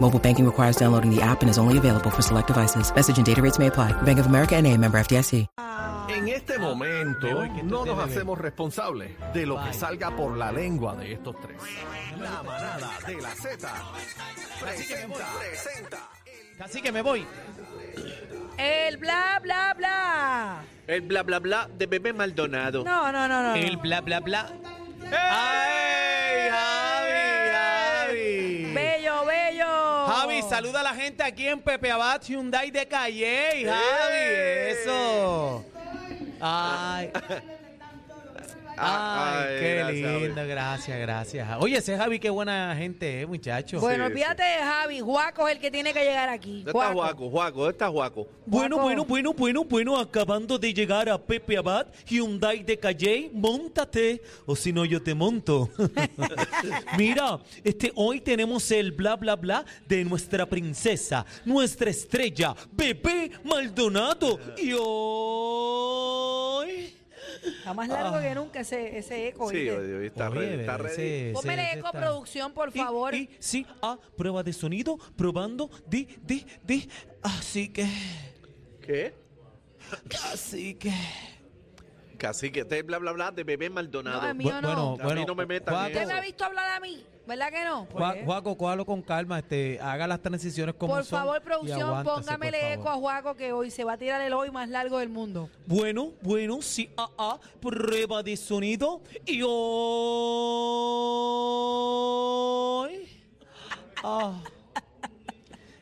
Mobile banking requires downloading the app and is only available for select devices. Message and data rates may apply. Bank of America and a member FDIC. En este momento no nos hacemos responsables de lo que salga por la lengua de estos tres. La manada de la Z presenta, presenta. Así que me voy. El bla, bla, bla. El bla bla bla de Bebé Maldonado. No, no, no, no. El bla bla bla. ¡Ay, Javi, Javi! Bello, bello. Javi, saluda a la gente aquí en Pepe Abad Hyundai de Calle. Javi, eso. Ay. Ah, Ay, ay, qué gracias, Javi. lindo, gracias, gracias. Oye, ese Javi, qué buena gente es, muchacho. Bueno, fíjate de Javi. Juaco es el que tiene que llegar aquí. ¿Dónde está Juaco? Juaco, ¿dónde está Juaco? Bueno, Guaco. bueno, bueno, bueno, bueno, acabando de llegar a Pepe Abad, Hyundai de Calle, montate, o si no yo te monto. Mira, este, hoy tenemos el bla bla bla de nuestra princesa, nuestra estrella, Bebé Maldonado, y hoy... Está más largo que nunca ese, ese eco. Ah. Sí, ¿oíste? oye, oye, está Oye, ready, está ese- ready. ese- Pónmele ese eco, está- producción, por Y- favor. Y, sí, a prueba de sonido, probando, di, di, di, así que, ¿Qué? así que... Casi que este es bla bla bla de Bebé Maldonado. No, a mí- Mío no. bueno, A mí no me metan en Juaco, Usted me ha visto hablar a mí, ¿verdad que no? Jua- Pues, Juaco, cójalo con calma, este, haga las transiciones como por son favor, y producción, aguántese, por póngamele eco favor. a Juaco que hoy se va a tirar el hoy más largo del mundo. Bueno, bueno, sí, ah, ah, prueba de sonido y hoy... Ah,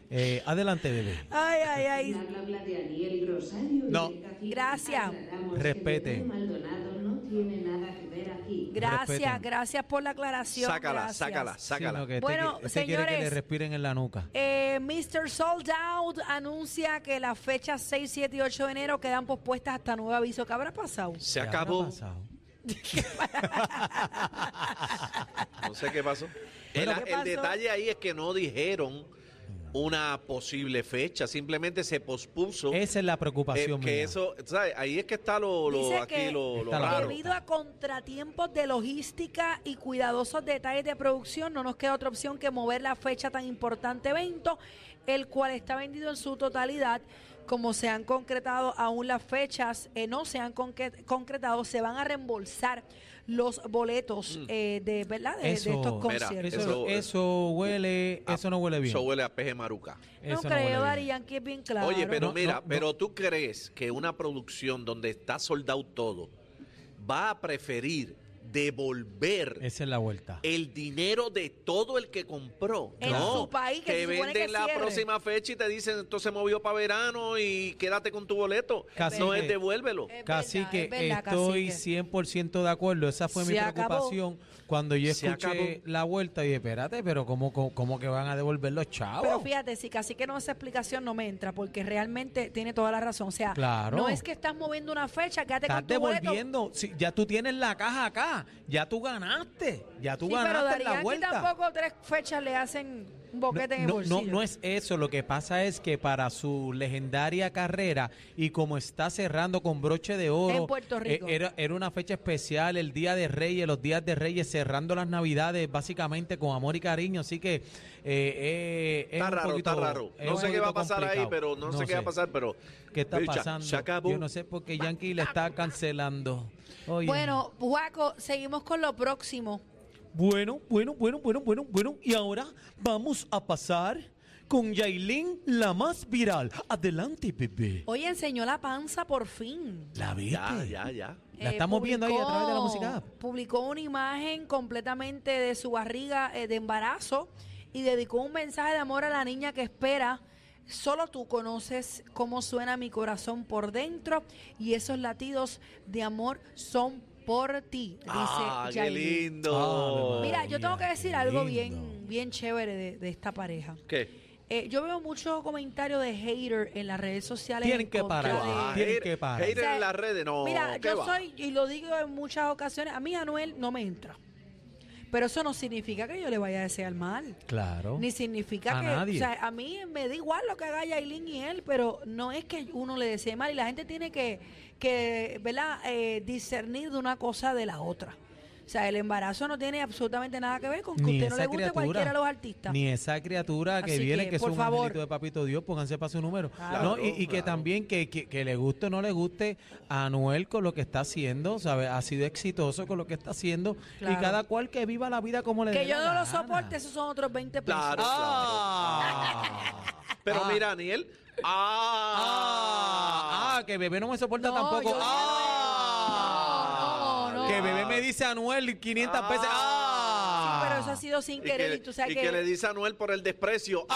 Eh, adelante, bebé. Ay, ay, ay. Bla, bla, bla de Aniel Rosario y No. Erika Gil. Gracias. Aclaramos que Respete. Pepe Maldonado no tiene nada que ver aquí. Gracias, Respeten. gracias por la aclaración. Sácala, gracias. sácala, sácala. Sí, no, que este Bueno, qui- este quiere que le señores. respiren en la nuca. Eh, Mr. Sold Out anuncia que las fechas 6, 7 y 8 de enero quedan pospuestas hasta nuevo aviso. ¿Qué habrá pasado? Se ¿Qué habrá acabó. pasado? No sé qué pasó. Bueno, el, ¿qué el pasó? detalle ahí es que no dijeron una posible fecha, simplemente se pospuso. Esa es la Eh, preocupación que mía. eso, ¿sabes? Ahí es que está lo, lo- Dice aquí que lo, lo Está la- raro. Debido a contratiempos de logística y cuidadosos detalles de producción, no nos queda otra opción que mover la fecha tan importante evento, el cual está vendido en su totalidad. Como se han concretado aún las fechas, eh, no se han concre- concretado, se van a reembolsar los boletos eh, de, ¿verdad? De- de, Eso- estos Mira, conciertos. Eso, Eso- eso huele, Ah, eso no huele bien. Eso huele a peje maruca. no Eso no huele creo, bien. Dari Yankee es bien claro. Oye, pero No, mira, no, no. pero tú crees que una producción donde está soldado todo va a preferir devolver Esa es la vuelta. el dinero de todo el que compró. En no, su país, que te se supone venden que la cierre. próxima fecha y te dicen, esto se movió para verano y quédate con tu boleto. Casi no que- es devuélvelo. Es Casi verdad, que es verdad, estoy cacique. 100% de acuerdo. Esa fue mi Se acabó. preocupación cuando yo Se acabó. escuché la vuelta y dije, espérate, pero ¿cómo, cómo, cómo que van a devolver los chavos? Pero fíjate, si casi que no esa explicación no me entra, porque realmente tiene toda la razón. O sea, Claro. no es que estás moviendo una fecha, quédate Estás con tu boleto. devolviendo. Sí, ya tú tienes la caja acá. Ya tú ganaste. Ya tú sí, pero ganaste en la Dari Yankee vuelta. tampoco tres fechas le hacen un boquete en no, el no, bolsillo. no es eso, lo que pasa es que para su legendaria carrera y como está cerrando con broche de oro, En Puerto Rico. eh, Era, era una fecha especial, el Día de Reyes, los Días de Reyes, cerrando las Navidades básicamente con amor y cariño, así que eh, eh, es Está un raro, poquito- está raro. es No un sé qué va a poquito pasar ahí, complicado. pero no, sé, qué va a pasar, pero... ¿Qué está Bicha, pasando? Se acabó. Yo no sé por qué Yankee le está cancelando. Oye. Bueno, Juaco, seguimos con lo próximo. Bueno, bueno, bueno, bueno, bueno, bueno. Y ahora vamos a pasar con Yailin, la más viral. Adelante, bebé. Hoy enseñó la panza por fin. La viste. Ya, ya, ya. La Eh, estamos viendo ahí a través de la publicó- música app. Publicó una imagen completamente de su barriga eh, de embarazo y dedicó un mensaje de amor a la niña que espera. Solo tú conoces cómo suena mi corazón por dentro y esos latidos de amor son por ti, dice ah, qué Yailin. lindo. Mira, yo tengo que María, decir qué algo lindo. bien, bien chévere de, de esta pareja. ¿Qué? Eh, yo veo muchos comentarios de hater en las redes sociales. Tienen en que contra parar. de- Ah, Tienen hater- que parar. hater O sea, en las redes, no. Mira, ¿qué yo va? soy, y lo digo en muchas ocasiones, a mí Anuel no me entra. Pero eso no significa que yo le vaya a desear mal. Claro. Ni significa A que. nadie. O sea, a mí me da igual lo que haga Yailin y él, pero no es que uno le desee mal. Y la gente tiene que, que ¿verdad?, Eh, discernir de una cosa de la otra. O sea, el embarazo no tiene absolutamente nada que ver con que Ni usted no esa le guste criatura, cualquiera de los artistas. Ni esa criatura que Así viene, que, que, por son un favor. angelito de papito Dios, pónganse para su número. Claro. ¿no? Y, y que Claro. también que, que- que le guste o no le guste a Anuel con lo que está haciendo, ¿sabes? Ha sido exitoso con lo que está haciendo. Y Claro. cada cual que viva la vida como le dé que yo la no lo gana. Ah, soporte, esos son otros 20 pesos. Claro, claro. Pero mira, Aniel. Ah, Ah, que bebé no me soporta No, tampoco. yo- Ah, No, no, no. Que bebé me dice Anuel 500 veces. Ah, Sí, pero eso ha sido sin querer. que, y tú sabes y que le dice a Noel por el desprecio.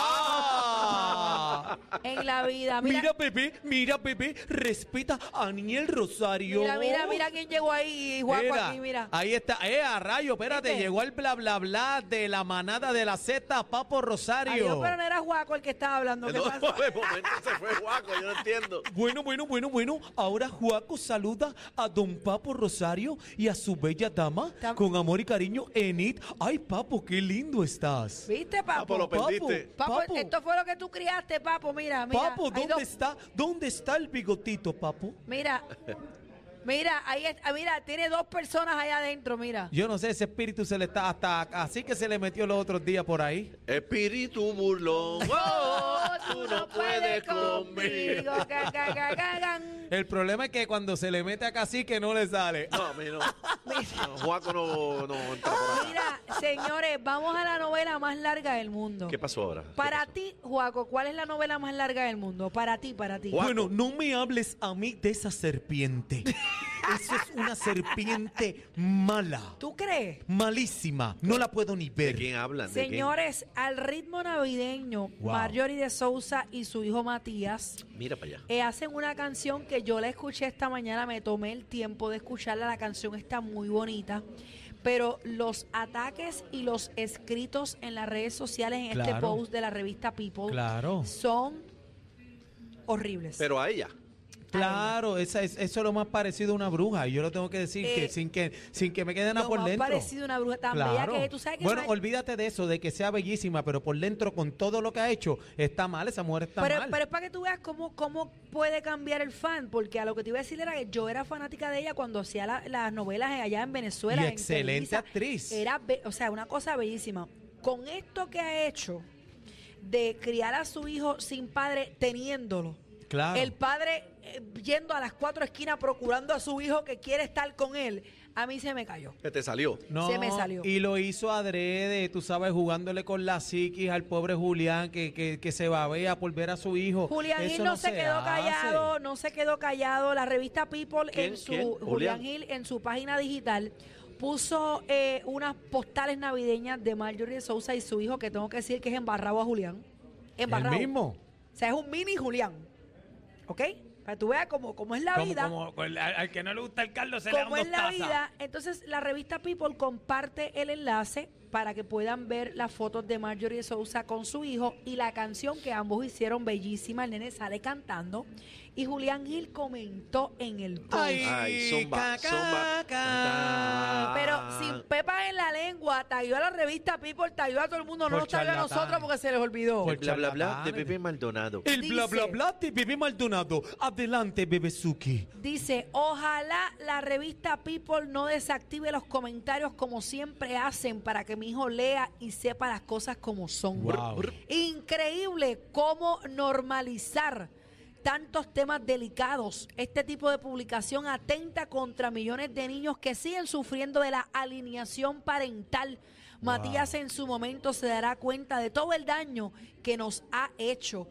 ¡Ah! en la vida, Ah, mira, Mira, bebé, mira, bebé, respeta a Aniel Rosario. Mira, mira, mira quién llegó ahí, Juanjo Mira, aquí, mira. Ahí está. Eh, a rayo, espérate. ¿Viste? Llegó el bla, bla, bla de la manada de la Z, Papo Adiós, Rosario. pero no era Juaco el que estaba hablando. ¿Qué No, pasó? de momento se fue guaco, yo no entiendo. Bueno, bueno, bueno, bueno. Ahora Juaco saluda a don Papo Rosario y a su bella dama Tam- con amor y cariño, Enid. Ay, Papo, qué lindo estás. ¿Viste, papo? Papo, Ah, lo perdiste. Papo, Papo, esto fue lo que tú criaste, papo. Mira, mira. Papo, hay ¿dónde dos- está? ¿Dónde está el bigotito, Papo? Mira, mira, ahí está, mira, tiene dos personas allá adentro, mira. Yo no sé, ese espíritu se le está hasta así que se le metió los otros días por ahí. Espíritu burlón. Oh, tú no puedes conmigo. Ga, ga, ga, ga, gan. El problema es que cuando se le mete a Cacique no le sale. Ah, No, a mí no. No, Juaco no, no entra por ahí. Mira, señores, vamos a la novela más larga del mundo. ¿Qué pasó ahora? ¿Qué Para pasó? ti, Juaco, ¿cuál es la novela más larga del mundo? Para ti, para ti. Juaco. Bueno, no me hables a mí de esa serpiente. Eso es una serpiente mala, ¿Tú crees? malísima. No la puedo ni ¿De ver. quién hablan? ¿De quién? Señores, al ritmo navideño, Wow. Marjorie de Sousa y su hijo Matías Mira para allá. eh, hacen una canción que yo la escuché esta mañana, me tomé el tiempo de escucharla, la canción está muy bonita, pero los ataques y los escritos en las redes sociales en este Claro. post de la revista People Claro. son horribles. Pero a ella. Claro, esa es, eso es lo más parecido a una bruja. Y yo lo tengo que decir Eh, que sin que sin que me queden Lo por más dentro. parecido a una bruja tan bella Claro. que es. tú sabes que bueno, Mar- olvídate de eso, de que sea bellísima, pero por dentro con todo lo que ha hecho está mal. Esa mujer está pero, mal. pero es para que tú veas cómo, cómo puede cambiar el fan, porque a lo que te iba a decir era que yo era fanática de ella cuando hacía la- las novelas en- allá en Venezuela. Y en excelente Televisa. actriz. Era, be- o sea, una cosa bellísima. Con esto que ha hecho de criar a su hijo sin padre, teniéndolo. claro. El padre eh, yendo a las cuatro esquinas procurando a su hijo que quiere estar con él, a mí se me cayó. Que te salió. Se me salió. Y lo hizo adrede, tú sabes, jugándole con la psiquis al pobre Julián que, que, que se babea por ver a su hijo. Julián Eso Gil no, se, quedó hace. callado, no se quedó callado. La revista People ¿Quién? en su ¿Quién? Julián Julián. Gil en su página digital puso eh, unas postales navideñas de Marjorie de Sousa y su hijo que tengo que decir que es embarrado a Julián. Embarrado. El mismo. O sea, es un mini Julián. ¿Ok? Para que tú veas cómo, cómo es la vida. pues, al, que no le gusta el Carlos se Como es la vida, entonces la revista People comparte el enlace para que puedan ver las fotos de Marjorie de Sousa con su hijo y la canción que ambos hicieron bellísima. El nene sale cantando y Julián Gil comentó en el post. Ay, ah. Ay, zumba, ca, zumba. ca, ca. Pero sin pepa en la lengua, taguió a la revista People, taguió a todo el mundo, no Por nos taguió a charlatán. nosotros porque se les olvidó. Por Bla, bla, bla, de charlatanes. Pepe Maldonado. El bla Dice- bla bla de bebé Maldonado. Adelante, bebé Suki. Dice, ojalá la revista People no desactive los comentarios como siempre hacen para que mi hijo lea y sepa las cosas como son. Wow. Increíble cómo normalizar tantos temas delicados. Este tipo de publicación atenta contra millones de niños que siguen sufriendo de la alineación parental. Matías en su momento se dará cuenta de todo el daño que nos ha hecho,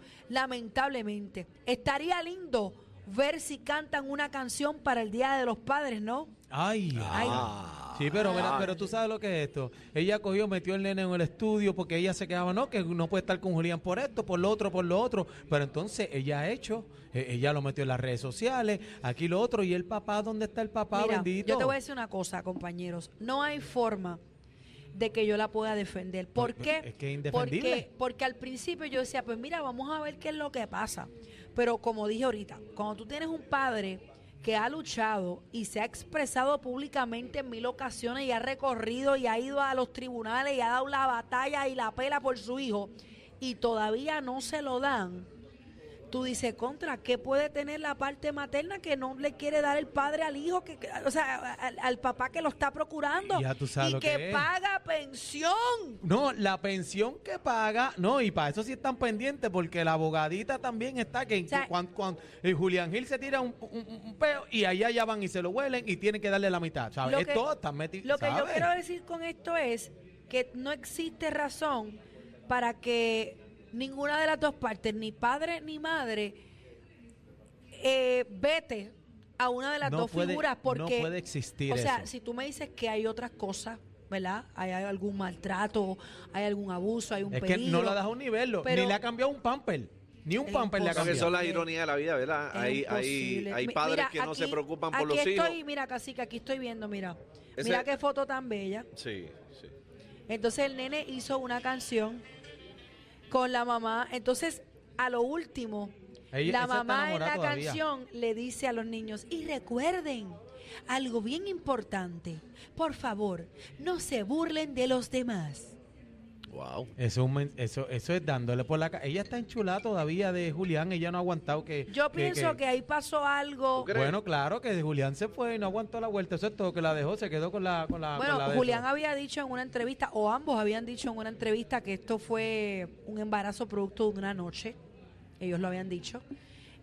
lamentablemente. Estaría lindo ver si cantan una canción para el Día de los Padres, ¿no? Ay. Ay, Ah. Sí, pero, mira, pero tú sabes lo que es esto. Ella cogió, metió el nene en el estudio porque ella se quedaba, no, que no puede estar con Julián por esto, por lo otro, por lo otro. Pero entonces ella ha hecho, eh, ella lo metió en las redes sociales, aquí lo otro. ¿Y el papá? ¿Dónde está el papá Mira, bendito? yo te voy a decir una cosa, compañeros. No hay forma de que yo la pueda defender. ¿Por Pero- qué? pero Pues, es que es indefendible. porque, porque al principio yo decía, pues mira, vamos a ver qué es lo que pasa. Pero como dije ahorita, cuando tú tienes un padre que ha luchado y se ha expresado públicamente en mil ocasiones y ha recorrido y ha ido a los tribunales y ha dado la batalla y la pela por su hijo y todavía no se lo dan, tú dices, contra, ¿qué puede tener la parte materna que no le quiere dar el padre al hijo, que, que- o sea, al, al papá que lo está procurando Ya tú sabes y lo que, que es. paga pensión? No, la pensión que paga, no, y para eso sí están pendientes, porque la abogadita también está, que O sea- cuando, Julián Gil se tira un, un- un peo y allá ya van y se lo huelen y tienen que darle la mitad, ¿sabes? Lo Es que- todo, están metidos, Lo que yo ¿sabes? quiero decir con esto es que no existe razón para que ninguna de las dos partes, ni padre ni madre, eh, vete a una de las No dos puede- figuras no porque puede existir o sea eso. si tú me dices que hay otras cosas verdad hay hay algún maltrato hay algún abuso hay un Es que peligro no lo das a un nivel, lo- pero- ni le ha cambiado un pamper, ni un Es pamper le ha imposible. Porque cambiado. eso es la ironía de la vida, ¿verdad? Es Hay, hay, imposible. hay Mi- padres mira, que no se aquí- preocupan por aquí los estoy, hijos. Mira, casi que aquí estoy viendo, mira. Ese- Mira qué foto tan bella. Sí, sí. Entonces el nene hizo una canción con la mamá. Entonces, a lo último, Ella- esa la está mamá en la enamorada todavía. canción le dice a los niños, y recuerden algo bien importante, por favor, no se burlen de los demás. Wow. Eso, es un men- eso, eso es dándole por la cara. Ella está enchulada todavía de Julián, ella no ha aguantado que... Yo pienso que ahí pasó algo. ¿Tú crees? Bueno, claro, que Julián se fue y no aguantó la vuelta, eso es todo, que la dejó, se quedó con la... Con la con la Bueno, de Julián eso. había dicho en una entrevista, o ambos habían dicho en una entrevista, que esto fue un embarazo producto de una noche. Ellos lo habían dicho.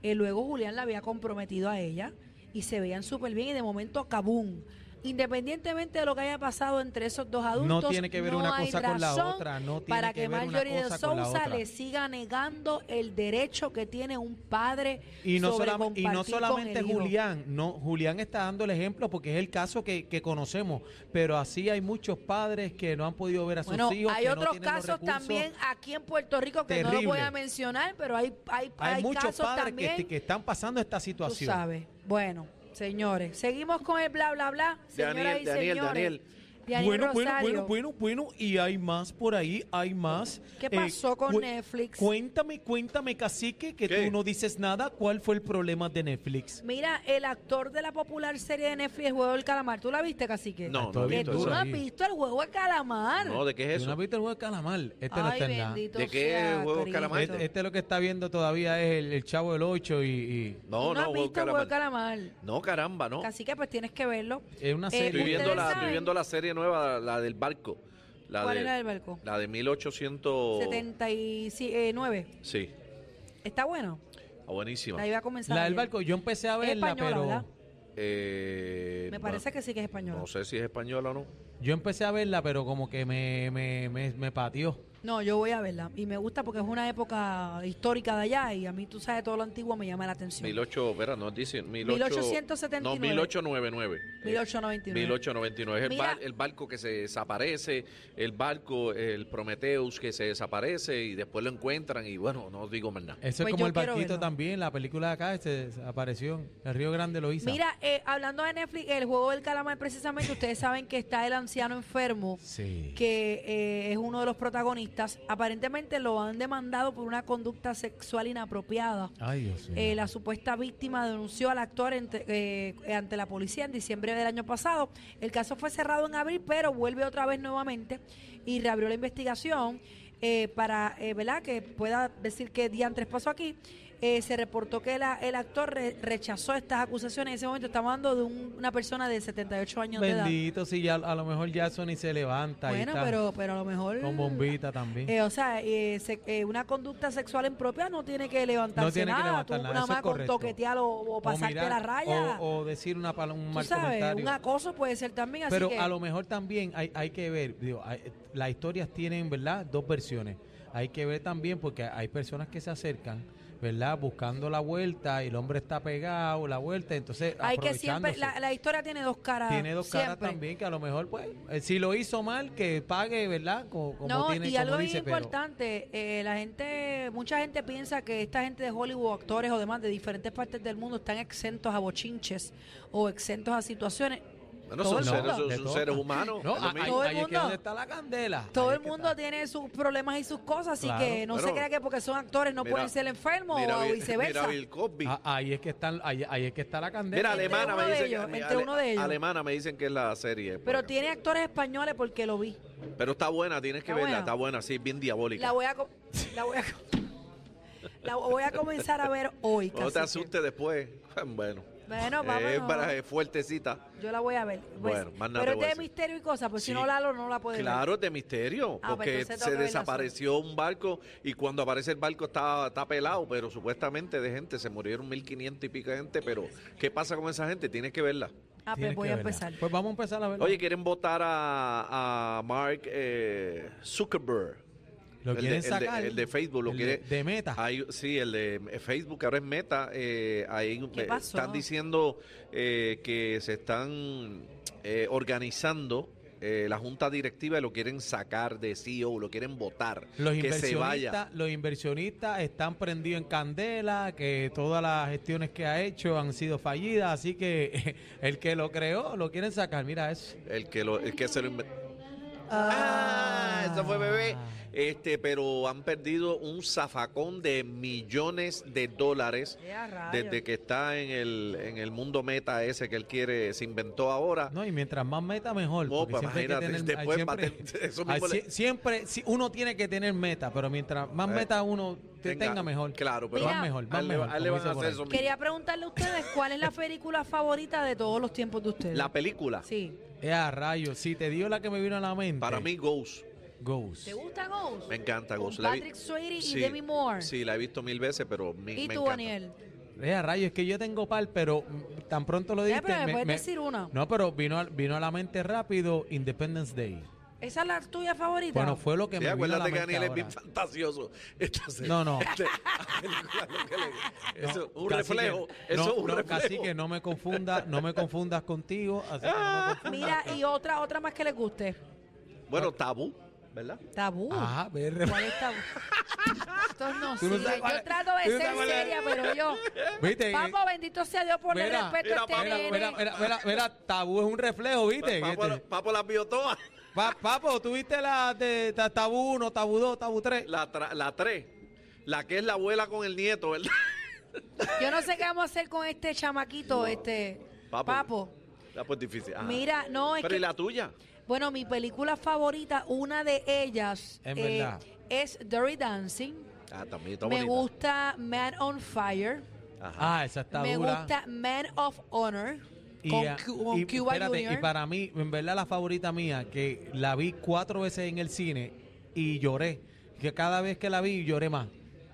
Eh, luego Julián la había comprometido a ella y se veían súper bien y de momento cabum. Independientemente de lo que haya pasado entre esos dos adultos, tiene que ver no una hay cosa con la razón otra, no tiene para que que, ver una Marjorie de cosa con la Sousa otra. le siga negando el derecho que tiene un padre Y no, sobre solamente, y no compartir con solamente el hijo. Julián, no, Julián está dando el ejemplo porque es el caso que, que conocemos, pero así hay muchos padres que no han podido ver a sus Bueno, hijos. hay que no otros tienen los casos recursos. también aquí en Puerto Rico que no lo voy Terrible. a mencionar, pero hay, hay, Hay, hay muchos casos padres que, también. este- que están pasando esta tú situación. sabes. Bueno, señores, seguimos con el bla, bla, bla. Señoras Daniel, y Daniel, señores. Daniel. Daniel bueno, Rosario. bueno, bueno, bueno, bueno, y hay más por ahí, hay más. ¿Qué pasó con cu- Netflix? Cuéntame, cuéntame, cacique, que ¿Qué? tú no dices nada. ¿Cuál fue el problema de Netflix? Mira, el actor de la popular serie de Netflix, El Juego del Calamar, ¿tú la viste, Cacique? No, no he Todo Que bien visto tú duro no eso. has ahí. visto El Juego del Calamar. No, ¿de qué es ¿Tú no has eso? visto el juego de calamar? Este no Ay, está en nada. bendito ¿De qué sea Juego del Cristo. Calamar? Este, este lo que está viendo todavía es el, el Chavo del 8 y, y- ¿Tú No, no no, has Juego visto El Juego del Calamar. Calamar. No, caramba, no. Cacique, pues tienes que verlo. es una serie. Estoy viendo, ustedes la, estoy saben- viendo la serie nueva, la, la del barco. La ¿Cuál de, Oh. es la del barco? La de 1800. 79. Sí, Está bueno. está buenísima. La iba a comenzar. La del ayer. barco, yo empecé a verla, española, pero... ¿verdad? Eh, Me parece bueno, que sí que es española. No sé si es española o no. Yo empecé a verla, pero como que me, me, me, me pateó. No, yo voy a verla. Y me gusta porque es una época histórica de allá y a mí, tú sabes, todo lo antiguo me llama la atención. 18, espera, no dice 1879. No, 1899. eh, 1899. 1899. Es el, Mira. bar- el barco que se desaparece, el barco, el Prometheus que se desaparece y después lo encuentran y bueno, no digo más nada. Eso Pues es como yo el quiero barquito verlo. también, la película de acá se se apareció. El Río Grande lo hizo. Mira, eh, hablando de Netflix, el juego del calamar, precisamente, ustedes saben que está el anciano enfermo, Sí. que eh, es uno de los protagonistas. Aparentemente lo han demandado por una conducta sexual inapropiada. Ay, Dios mío. Eh, la supuesta víctima denunció al actor ante, eh, ante la policía en diciembre del año pasado. El caso fue cerrado en abril, pero vuelve otra vez nuevamente y reabrió la investigación eh, para, eh, ¿verdad? Que pueda decir que diantres pasó aquí. Eh, se reportó que la- el actor re- rechazó estas acusaciones. En ese momento estamos hablando de un- una persona de 78 años de edad. Bendito, si ya a lo mejor ya Sony se levanta y Bueno, está pero, pero a lo mejor... con bombita también. Eh, o sea, eh, se- eh, una conducta sexual impropia no tiene que levantarse No tiene que nada. levantar Tú nada, eso nada es más con correcto. toquetear o, o pasarte mirar, la raya. O, o decir una pala- un Tú mal sabes, comentario. un acoso puede ser también. Así Pero que, a lo mejor también hay, hay que ver, digo, hay- las historias tienen, ¿verdad? Dos versiones. Hay que ver también porque hay personas que se acercan, ¿verdad? Buscando la vuelta y el hombre está pegado, la vuelta, entonces hay que siempre. aprovechándose. La, la historia tiene dos caras. tiene dos caras siempre. también que a lo mejor, pues, eh, si lo hizo mal, que pague, ¿verdad? Co- Como, no, tiene, y como algo dice, bien pero- importante, eh, la gente, mucha gente piensa que esta gente de Hollywood, actores o demás de diferentes partes del mundo están exentos a bochinches o exentos a situaciones. Bueno, todo son, el seres, mundo. son- de son todo. seres humanos. No, es lo ahí- mismo. Todo el ahí es que mundo. donde está la candela. Todo Ahí el es que mundo está. tiene sus problemas y sus cosas, así Claro, que no se pero- crea que porque son actores no Mira, pueden ser enfermos mira o Bill- viceversa. Mira Bill Cosby. Ah, ahí es que están, ahí, ahí es que está la candela. Mira, Entre alemana uno me de dicen ellos, que, entre uno de ellos. Alemana me dicen que es la serie. por pero acá. tiene actores españoles porque lo vi. Pero está buena, tienes que Está verla, buena. está buena, sí, bien diabólica. La voy a co- la voy a co- la voy a comenzar a ver hoy. no te cacique. asustes después. Bueno, Bueno, Eh, vámonos. es para- es fuertecita. Yo la voy a ver. Pues, Bueno, más nada pero te voy a es de decir. misterio y cosas, pues si Sí. no Lalo no la puede ver. Claro, es de misterio, Ah, pues porque entonces se tengo que verla desapareció un barco y cuando aparece el barco está, está pelado, pero supuestamente de gente, se murieron 1.500 y pico de gente, pero ¿qué pasa con esa gente? Tienes que verla. Ah, pues Tienes voy que a verla. empezar. Pues vamos a empezar a verla. Oye, quieren votar a, a Mark eh, Zuckerberg. Lo el, de, quieren el de- sacar. el de Facebook lo El quiere. Ah, de- de Meta. Hay- sí, el de eh, Facebook, ahora es Meta. eh, ahí ¿Qué eh, pasó? están diciendo eh, que se están eh, organizando eh, la junta directiva y lo quieren sacar de CEO, lo quieren votar. Los que se vaya. inversionistas, los inversionistas están prendidos en candela, que todas las gestiones que ha hecho han sido fallidas, así que el que lo creó lo quieren sacar. Mira eso. El que, lo, el que se lo inventó. Ah, eso fue bebé. Este, pero han perdido un zafacón de millones de dólares Ya, rayos. desde que está en el, en el mundo meta ese que él quiere, se inventó ahora. No, y mientras más meta, mejor. No, porque pues, siempre hay que imagínate, tener- después va a siempre, tener- eso mismo ah, le- sie- siempre si uno tiene que tener meta, pero mientras más Eh, meta uno te tenga- tenga, mejor. claro, pero Más Mira, mejor, a más él le- mejor. a él le como van a dice hacer por ahí. eso. Quería preguntarle a ustedes cuál es la película favorita de todos los tiempos de ustedes. La película, Sí. Eh, a rayos, si te dio la que me vino a la mente. para mí, Ghost. Ghost. ¿Te gusta Ghost? Me encanta Con Ghost. La vi- Patrick Swayze Sí, y Demi Moore. Sí, la he visto mil veces, pero me, ¿Y me tú, encanta. Daniel? Eh, a rayos, es que yo tengo par, pero mm, tan pronto lo diste. Eh, pero me puedes decir una. No, pero vino, al- vino a la mente rápido Independence Day. ¿Esa es la tuya favorita? Bueno, fue lo que Sí, me vino a la acuérdate que mente Daniel es bien ahora. fantasioso. Entonces, No, no. este, la película, lo que le- No, eso es un cacique, reflejo. eso no, es un no, reflejo. cacique, no me confundas, no me confundas contigo. Así que no me Ah. confundas. Mira, y otra, otra más que les guste. Bueno, tabú, ¿verdad? Tabú. Ajá, ver. ¿Cuál es tabú? Estos no Ah. Tú no siguen. sabes cuál Yo es- trato de tú no ser sabes cuál es. seria, pero yo. ¿Viste? Papo, bendito sea Dios por el Mira, respeto mira, a este papo, Mira, nene. mira, mira, mira, mira, tabú es un reflejo, ¿viste? Pa- Papo, Este, Papo las vio todas. pa- papo, ¿tú viste la de ta- tabú 1, tabú 2, tabú 3? La, tra- la tres. La que es la abuela con el nieto, ¿verdad? Yo no sé qué vamos a hacer con este chamaquito, este papo. La pues difícil. Ajá. Mira, no, es Pero que- ¿y la tuya? Bueno, mi película favorita, una de ellas, eh, En verdad. es Dirty Dancing. Ah, también está me bonita. gusta Man on Fire. Ajá. Ah, esa está me dura. gusta Man of Honor. con ah, Cu- con y, Cuba espérate, Junior. y para mí, en verdad, la favorita mía, que la vi cuatro veces en el cine y lloré. Que cada vez que la vi, lloré más.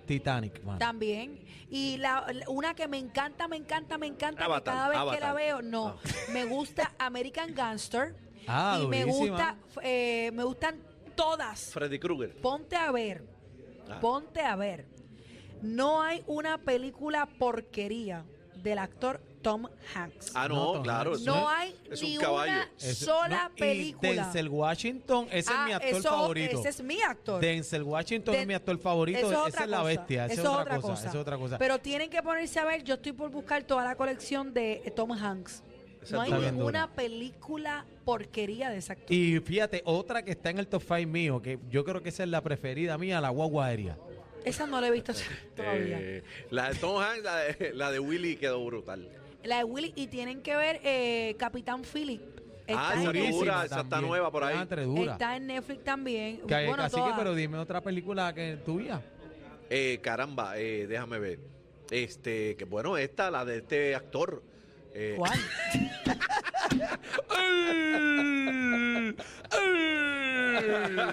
Titanic, mano. También. Y la, la- una que me encanta, me encanta, me encanta, que Avatar, cada vez que la Avatar. veo, no. Me gusta American Gangster. Ah, y me durísima. gusta, eh, me gustan todas. Freddy Krueger. Ponte a ver. Ah. Ponte a ver. No hay una película porquería del actor Tom Hanks. Ah, No, no, Tom claro. Hanks. eso no es- hay Es ni un caballo. una sola no, y película. Denzel Washington, ese Ah, es mi actor eso- favorito. Ese es mi actor. Denzel Washington Den- es mi actor favorito. Eso es esa otra es la cosa. bestia. Esa Eso es otra cosa. esa es otra cosa. Pero tienen que ponerse a ver. Yo estoy por buscar toda la colección de eh, Tom Hanks. Esa No es dura. hay Está bien ninguna dura. película porquería de ese actor. y fíjate, otra que está en el top 5 mío, que yo creo que esa es la preferida mía, la guagua aérea. Esa no la he visto todavía. Eh, la de Tom Hanks, la de, la de Willy quedó brutal. La de Willy. Y tienen que ver eh, Capitán Philip. Ah, Está, esa en, está dura, Netflix. esa está nueva por ahí. Entre dura. está en Netflix también. Ca- bueno, cacique, todas. pero dime otra película que tuya. Eh, caramba, eh, déjame ver. Este, que bueno, esta, la de este actor. eh, ¿Cuál?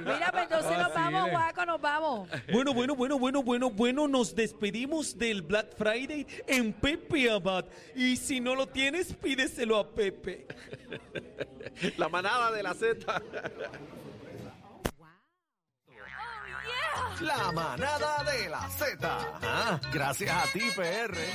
Mira, pues entonces nos vamos, guaco, nos vamos. Bueno, bueno, bueno, bueno, bueno, bueno, nos despedimos del Black Friday en Pepe Abad. Y si no lo tienes, pídeselo a Pepe. La manada de la Z. La manada de la Z. Ah, gracias a ti, PR.